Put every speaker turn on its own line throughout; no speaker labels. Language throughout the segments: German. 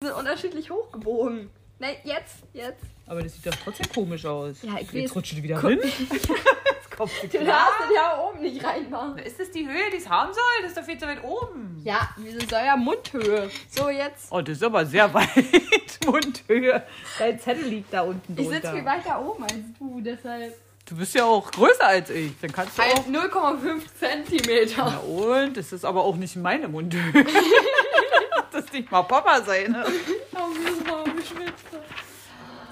sind unterschiedlich hochgebogen. Nein, jetzt, jetzt.
Aber das sieht doch trotzdem komisch aus.
Ja, ich
Jetzt
weiß.
rutscht du wieder
Guck-
hin. Jetzt kommt sie
Du
klar.
darfst den ja oben nicht reinmachen.
Ist das die Höhe, die es haben soll? Das ist doch viel zu weit oben.
Ja, wieso soll ja Mundhöhe? So, jetzt.
Oh, das ist aber sehr weit. Mundhöhe. Dein Zettel liegt da unten
Ich sitze viel
drunter.
weiter oben als du, deshalb.
Du bist ja auch größer als ich. Dann kannst du
Halt
auch.
0,5 Zentimeter.
Na und? Das ist aber auch nicht meine Mundhöhe. das ist nicht mal Papa sein.
Oh, wie ist mal beschwitzt.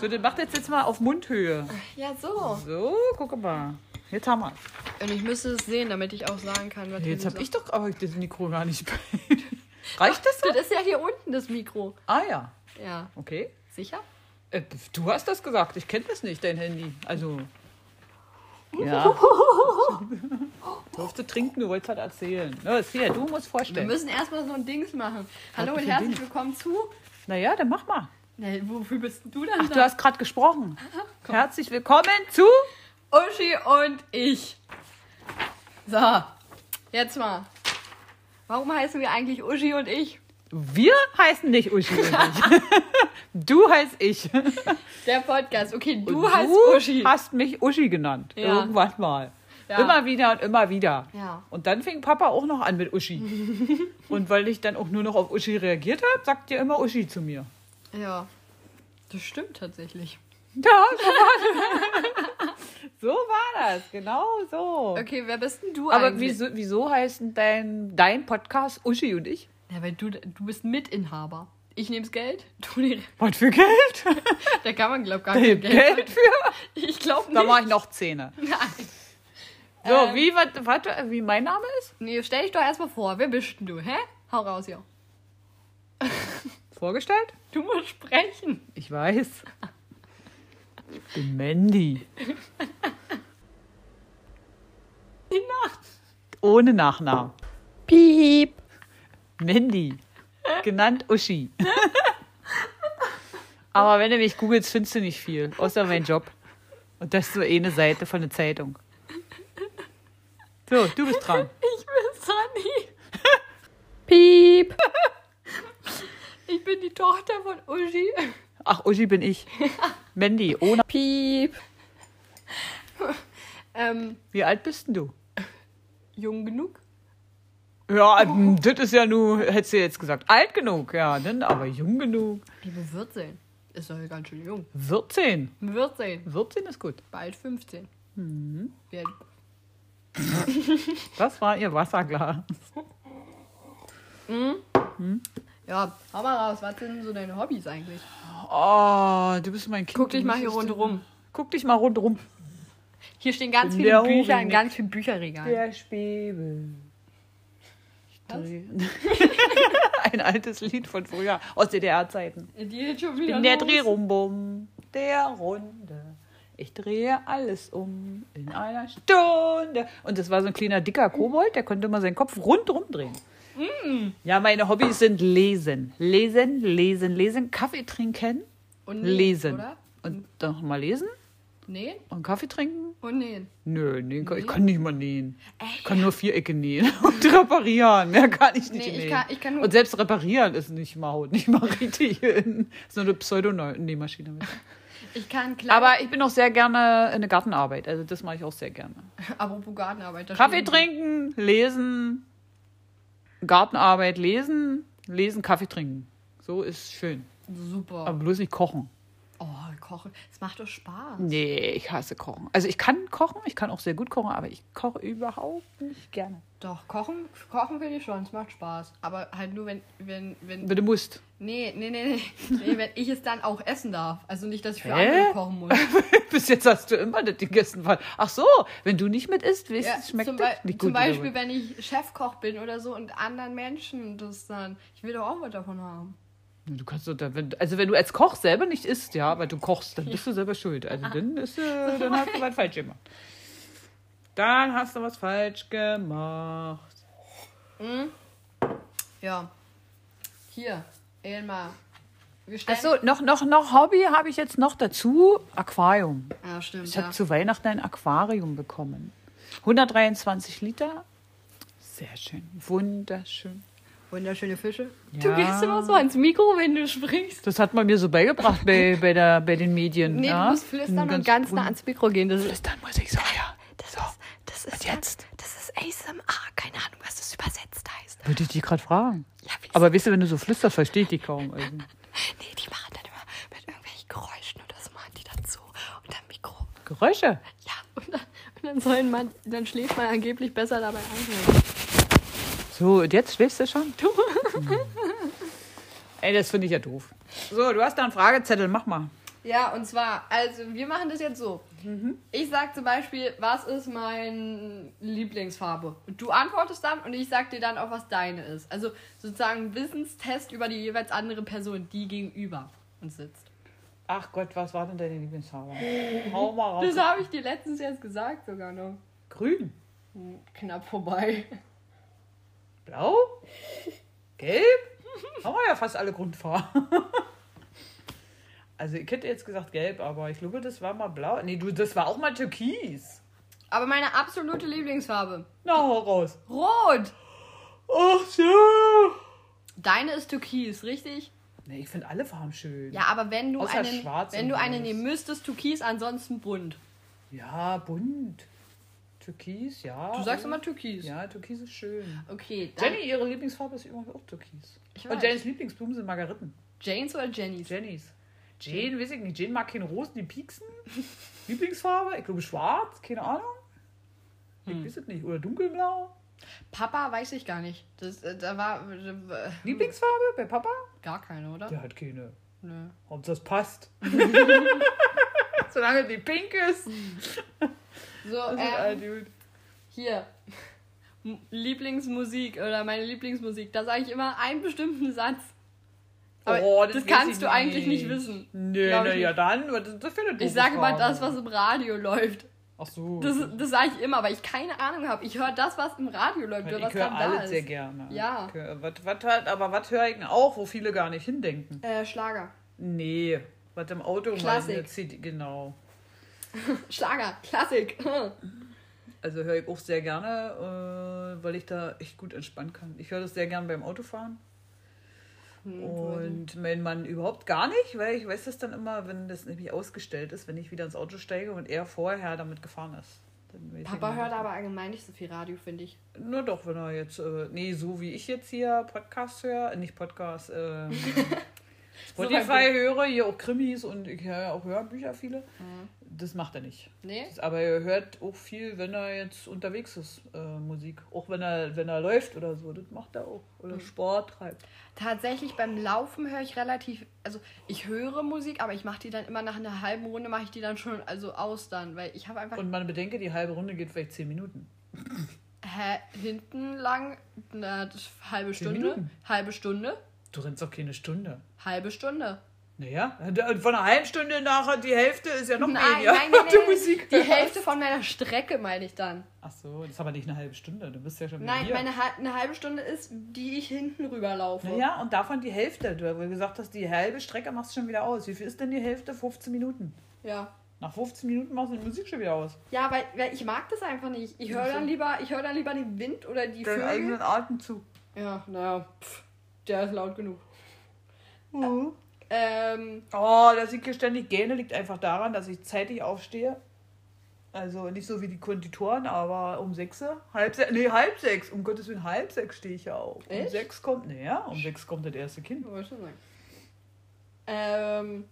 So, dann macht jetzt jetzt mal auf Mundhöhe.
Ja, so.
So, guck mal. Jetzt haben wir.
Und ich müsste es sehen, damit ich auch sagen kann, was
Jetzt
hab
habe ich doch aber das Mikro gar nicht bei. Reicht das so?
Das ist ja hier unten das Mikro.
Ah ja,
Ja,
okay.
sicher?
Äh, du hast das gesagt. Ich kenne das nicht, dein Handy. Also. Ja. Du durfte trinken, du wolltest halt erzählen. Na, ist hier, du musst
Wir
vorstellen.
müssen erstmal so ein Dings machen. Hallo und
Was für ein
herzlich
Ding?
willkommen zu.
Naja, dann mach mal.
Na, wofür bist du dann
Ach, du
da?
hast gerade gesprochen. Herzlich willkommen zu.
Uschi und ich. So, jetzt mal. Warum heißen wir eigentlich Uschi und ich?
Wir heißen nicht Uschi und ich. Du heißt ich. Du
Der Podcast. Okay, du
und
heißt
du
Uschi.
hast mich Uschi genannt.
Ja.
Irgendwann mal.
Ja.
Immer wieder und immer wieder.
Ja.
Und dann fing Papa auch noch an mit Uschi. und weil ich dann auch nur noch auf Uschi reagiert habe, sagt ihr immer Uschi zu mir.
ja, das stimmt tatsächlich.
Ja, so war das. so war das, genau so.
Okay, wer bist denn du
Aber
eigentlich?
wieso, wieso heißt denn dein, dein Podcast Uschi und ich?
Ja, weil du, du bist Mitinhaber. Ich nehm's Geld, du die,
Was für Geld?
Da kann man, glaub, gar kein
Geld,
Geld.
für?
Ich glaub
Da
nicht.
mache ich noch Zähne.
Nein.
So, wie, wat, wat, wie mein Name ist?
Nee, stell dich doch erstmal vor, wer bist denn du, hä? Hau raus, ja.
Vorgestellt?
Du musst sprechen.
Ich weiß. Ich bin Mandy.
Die Nacht.
Ohne Nachnamen.
Piep.
Mandy. Genannt Uschi. Aber wenn du mich googelst, findest du nicht viel. Außer mein Job. Und das ist so eine Seite von der Zeitung. So, du bist dran.
Ich bin Sunny. Piep. Ich bin die Tochter von Uschi.
Ach, Uschi bin ich. Mandy, ohne.
Piep. Ähm,
Wie alt bist denn du?
jung genug?
Ja, ähm, das ist ja nur, hättest du jetzt gesagt, alt genug. Ja, dann aber jung genug.
Ich bin 14. Ist doch ganz schön jung.
14.
14,
14 ist gut.
bald 15. Mhm. Wer,
Das war ihr Wasserglas.
ja, hau mal raus, was sind so deine Hobbys eigentlich?
Oh, du bist mein Kind.
Guck dich
Du
mal hier
müsstest-
rundherum.
Guck dich mal rundherum.
Hier stehen ganz
Bin
viele
der
Bücher
Hurensohn.
in ganz vielen Bücherregalen.
Der Schwebel. Ein altes Lied von früher, aus DDR-Zeiten.
Die geht schon wieder
In der
los.
Drehrumbum, der Runde. Ich drehe alles um in einer Stunde. Und das war so ein kleiner, dicker Kobold, der konnte immer seinen Kopf rundrum drehen.
Mm.
Ja, meine Hobbys sind Lesen. Lesen, lesen, lesen, Kaffee trinken,
Und nähen,
lesen.
Oder?
Und dann nochmal lesen
Nähen
und Kaffee trinken
und nähen.
Nö, nee, kann- ich kann nicht mal nähen. Ich kann nur Vierecke nähen und reparieren. Mehr kann ich nicht
Nee, ich
nähen.
kann- ich kann nur-
und selbst reparieren ist nicht mal haut, nicht mal richtig hin. Ist nur eine Pseudo-Nähmaschine.
Ich kann klar.
Aber ich bin auch sehr gerne in der Gartenarbeit. Also das mache ich auch sehr gerne.
apropos Gartenarbeit. da
Kaffee
stehen-
trinken, lesen, Gartenarbeit, lesen, lesen, Kaffee trinken. So ist schön.
Super.
Aber bloß nicht kochen.
Oh, kochen. Es macht doch Spaß.
Nee, ich hasse kochen. Also ich kann kochen, ich kann auch sehr gut kochen, aber ich koche überhaupt nicht gerne.
Doch, kochen, kochen finde ich schon. Es macht Spaß. Aber halt nur, wenn, wenn, wenn.
Wenn du musst.
Nee, nee, nee, nee. nee wenn ich es dann auch essen darf. Also nicht, dass ich für
Hä?
andere kochen muss.
Bis jetzt hast du immer das gegessen. weil- Ach so, wenn du nicht mit isst, weißt
Ja,
du, schmeckt
zum,
das
Bei-
nicht gut.
zum
oder
Beispiel,
was?
wenn ich Chefkoch bin oder so und anderen Menschen das dann. Ich will doch auch was davon haben.
Du kannst doch da, wenn, also wenn du als Koch selber nicht isst, ja, weil du kochst, dann bist du selber schuld. Also
Ah.
dann, ist, äh, dann hast du was falsch gemacht. Dann hast du was falsch gemacht.
Ja. Hier, Elmar. Wir stellen-
Achso, noch, noch, noch Hobby habe ich jetzt noch dazu. Aquarium.
Ja, stimmt.
Ich habe
Ja.
zu Weihnachten ein Aquarium bekommen. 123 Liter. Sehr schön. Wunderschön.
Wunderschöne Fische.
Ja.
Du gehst immer so ans Mikro, wenn du sprichst.
Das hat man mir so beigebracht bei, bei, der, bei den Medien.
Nee,
ja?
du musst flüstern und ganz nah ans Mikro gehen. Das ist,
Flüstern muss ich so, ja.
das
So.
ist, das ist
jetzt?
Das ist ASMR. Keine Ahnung, was das übersetzt heißt.
Würde ich dich gerade fragen.
Ja, wie
Aber weißt du, wenn du so flüsterst, verstehe ich dich kaum. Also.
Nee, die machen dann immer mit irgendwelchen Geräuschen oder so machen die dazu. Und dann Mikro.
Geräusche.
Ja, und dann, und dann sollen man, dann schläft man angeblich besser dabei ein.
So, und jetzt schläfst du schon? Du. Ey, das finde ich ja doof. So, du hast da einen Fragezettel, mach mal.
Ja, und zwar, also wir machen das jetzt so.
Mhm.
Ich sag zum Beispiel, was ist mein Lieblingsfarbe? Und du antwortest dann und ich sag dir dann auch, was deine ist. Also sozusagen Wissenstest über die jeweils andere Person, die gegenüber uns sitzt.
Ach Gott, was war denn deine Lieblingsfarbe? Hau mal raus.
Oh. Das habe ich dir letztens jetzt gesagt sogar noch.
Grün,
Knapp vorbei.
blau, gelb. Haben wir ja fast alle Grundfarben. Also ich hätte jetzt gesagt gelb, aber ich glaube, das war mal blau. Nee, du, das war auch mal türkis.
Aber meine absolute Lieblingsfarbe.
Na, hau raus.
Rot!
Ach so.
Deine ist türkis, richtig?
Nee, ich finde alle Farben schön.
Ja, aber wenn du
Außer
einen,
schwarz
wenn
und
du eine
weiß.
nehmen müsstest, türkis, ansonsten bunt.
Ja, bunt. Türkis, Oh, ja.
Du sagst immer türkis.
Ja, Türkis ist schön.
Okay, dann
Jenny, ihre Lieblingsfarbe ist übrigens auch Türkis.
Ich
Und
weiß.
Jennys Lieblingsblumen sind Margariten.
Janes oder Jennys?
Jennys. Jane, weiß ich nicht. Jane mag keine Rosen, die pieksen. Lieblingsfarbe? Ich glaube schwarz, keine Ahnung. Ich
Hm.
weiß es nicht. Oder dunkelblau.
Papa weiß ich gar nicht. Das, äh, da war äh,
Lieblingsfarbe bei Papa?
gar keine, oder?
Der hat keine.
Nö.
Hauptsache das passt. Solange die pink ist.
So,
Das ist
ähm,
all gut.
hier. M- Lieblingsmusik oder meine Lieblingsmusik. Da sage ich immer einen bestimmten Satz. Aber
Oh,
das,
weiß ich
kannst du eigentlich nicht wissen.
Nee,
Glaub ich
na ja
nicht.
dann. Was ist das für eine doofe
Ich sage mal
Frage?
das, was im Radio läuft.
Ach so.
Das, das sage ich immer, weil ich keine Ahnung habe. Ich höre das, was im Radio läuft oder
ich
was
höre
gerade da
alles
ist.
sehr gerne.
Ja.
Ich Hör, wat, wat halt, aber was höre ich denn auch, wo viele gar nicht hindenken?
Äh, Schlager.
Nee, was im Auto mal
Klassik.
in der CD, genau.
Schlager, Klassik.
Also höre ich auch sehr gerne, äh, weil ich da echt gut entspannen kann. Ich höre das sehr gerne beim Autofahren.
Hm.
Und mein Mann überhaupt gar nicht, weil ich weiß das dann immer, wenn das nämlich ausgestellt ist, wenn ich wieder ins Auto steige und er vorher damit gefahren ist. Dann weiß ich
Papa
immer-
hört aber allgemein nicht so viel Radio, finde ich.
Na doch, wenn er jetzt, äh, nee, so wie ich jetzt hier Podcast höre, äh, nicht Podcast, ähm,
So weit
Spotify höre, hier auch Krimis und ich höre auch Hörbücher viele.
Mhm.
Das macht er nicht.
Nee?
Das- Aber er hört auch viel, wenn er jetzt unterwegs ist, äh, Musik. Auch wenn er, wenn er läuft oder so, das macht er auch.
Mhm.
Oder Sport treibt.
Tatsächlich beim Laufen höre ich relativ, also ich höre Musik, aber ich mache die dann immer nach einer halben Runde mache ich die dann schon also aus dann, weil ich habe einfach
Und man bedenke, die halbe Runde geht vielleicht zehn Minuten.
hä, hinten lang na, das ist halbe
Zehn
Stunde,
Minuten.
halbe Stunde,
Du rennst doch keine Stunde.
halbe Stunde.
Naja, von einer halben Stunde nachher die Hälfte ist ja noch
Nein,
weniger.
nein, nein,
Du
nein,
Musik
die
hörst.
Hälfte von meiner Strecke meine ich dann.
Ach so, das ist aber nicht eine halbe Stunde. Du bist ja schon wieder
Nein,
hier.
meine ha- eine halbe Stunde ist, die ich hinten rüberlaufe.
Naja, und davon die Hälfte. Du hast gesagt, dass die halbe Strecke machst du schon wieder aus. Wie viel ist denn die Hälfte? 15 Minuten.
ja.
Nach 15 Minuten machst du die Musik schon wieder aus.
Ja, weil, weil ich mag das einfach nicht. Ich höre
Ach so.
dann lieber, ich höre dann lieber den Wind oder die Vögel.
Atemzug.
Ja, naja, pff, der ist laut genug. Ähm,
Oh, dass ich hier ständig gähne, liegt einfach daran, dass ich zeitig aufstehe. Also nicht so wie die Konditoren, aber um sechs, halb sechs, nee, halb sechs, um Gottes Willen, halb sechs stehe ich ja auf. Um
Echt?
sechs kommt, naja, um sechs kommt das erste Kind.
wollte ich schon sagen. Ähm,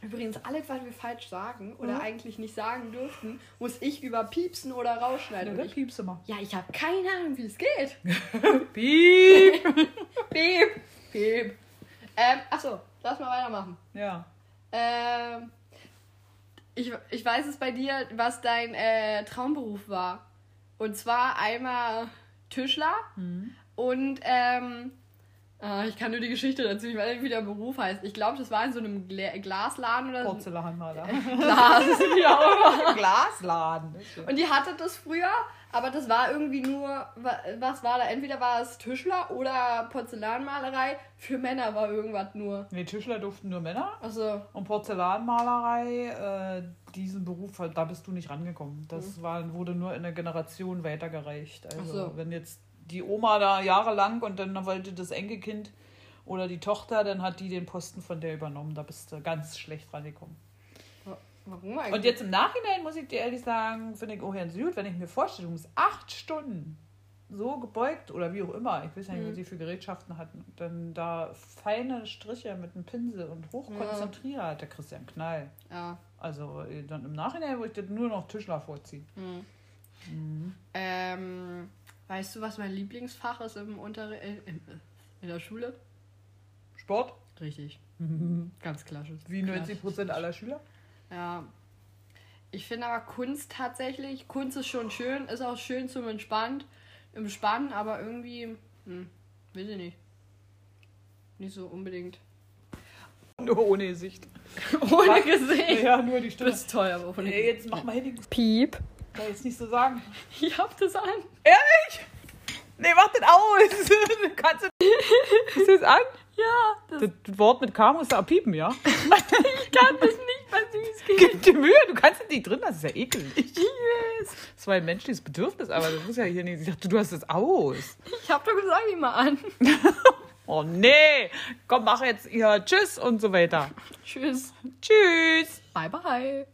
übrigens, alles, was wir falsch sagen oder
Mhm.
eigentlich nicht sagen dürften, muss ich überpiepsen oder rausschneiden.
Ja,
Und
dann
ich,
piepst du mal.
ja, ich habe keine Ahnung, wie es geht.
Piep!
Piep, piep. Ähm, achso, lass mal weitermachen.
ja.
Ähm, ich, ich weiß es bei dir, was dein äh, Traumberuf war. Und zwar einmal Tischler
Mhm.
und ähm, ah, ich kann nur die Geschichte dazu, ich weiß nicht, wie der Beruf heißt. Ich glaube, das war in so einem Gla Glasladen oder so.
Porzellanmaler.
Glas, wie auch immer.
Glasladen.
Und die hatte das früher, aber das war irgendwie nur, wa- was war da? Entweder war es Tischler oder Porzellanmalerei. Für Männer war irgendwas nur.
Nee, Tischler durften nur Männer.
Also,
Und Porzellanmalerei, äh, diesen Beruf, da bist du nicht rangekommen. Das war, wurde nur in der Generation weitergereicht. Also
Mhm. Ach so.
wenn jetzt die Oma da jahrelang und dann wollte das Enkelkind oder die Tochter, dann hat die den Posten von der übernommen. Da bist du ganz schlecht rangekommen.
Wa- Warum eigentlich?
Und jetzt im Nachhinein muss ich dir ehrlich sagen, finde ich auch ganz gut, wenn ich mir vorstelle, du musst acht Stunden so gebeugt oder wie auch immer, ich weiß
Mhm.
ja nicht, was sie für Gerätschaften hatten, dann da feine Striche mit einem Pinsel und hochkonzentriert, da kriegst du ja einen Knall.
Ja.
Also äh, dann im Nachhinein würde ich das nur noch Tischler vorziehen.
Ähm, weißt du, was mein Lieblingsfach ist im Unterricht, äh, im- äh, in der Schule?
Sport,
Richtig. Ganz klassisch.
wie 90 Prozent aller Schüler.
Ja. Ich finde aber Kunst tatsächlich, Kunst ist schon schön, ist auch schön zum Entspannt, im Spannen, aber irgendwie, hm, weiß ich nicht. Nicht so unbedingt.
Nur ohne Gesicht.
Ohne Gesicht.
Ja, nur die
Du
Stimme.
bist toll, aber ohne
Ey, jetzt mach mal hin,
Piep.
ich kann jetzt nicht so sagen.
Ich hab das an.
Ehrlich? Nee, mach das aus. Du Kannst du Ist das an?
Ja, das
Das Wort mit K musst du abpiepen, ja?
kann das nicht bei süß gehen.
Gib dir Mühe, du kannst das nicht drin lassen, das ist ja ekelig. Das war ein menschliches Bedürfnis, aber das ist ja hier nicht. Ich dachte, du hast das aus.
Ich hab doch gesagt, ich mal an.
Oh nee, komm, mach jetzt ihr Tschüss und so weiter.
Tschüss.
Tschüss.
Bye bye.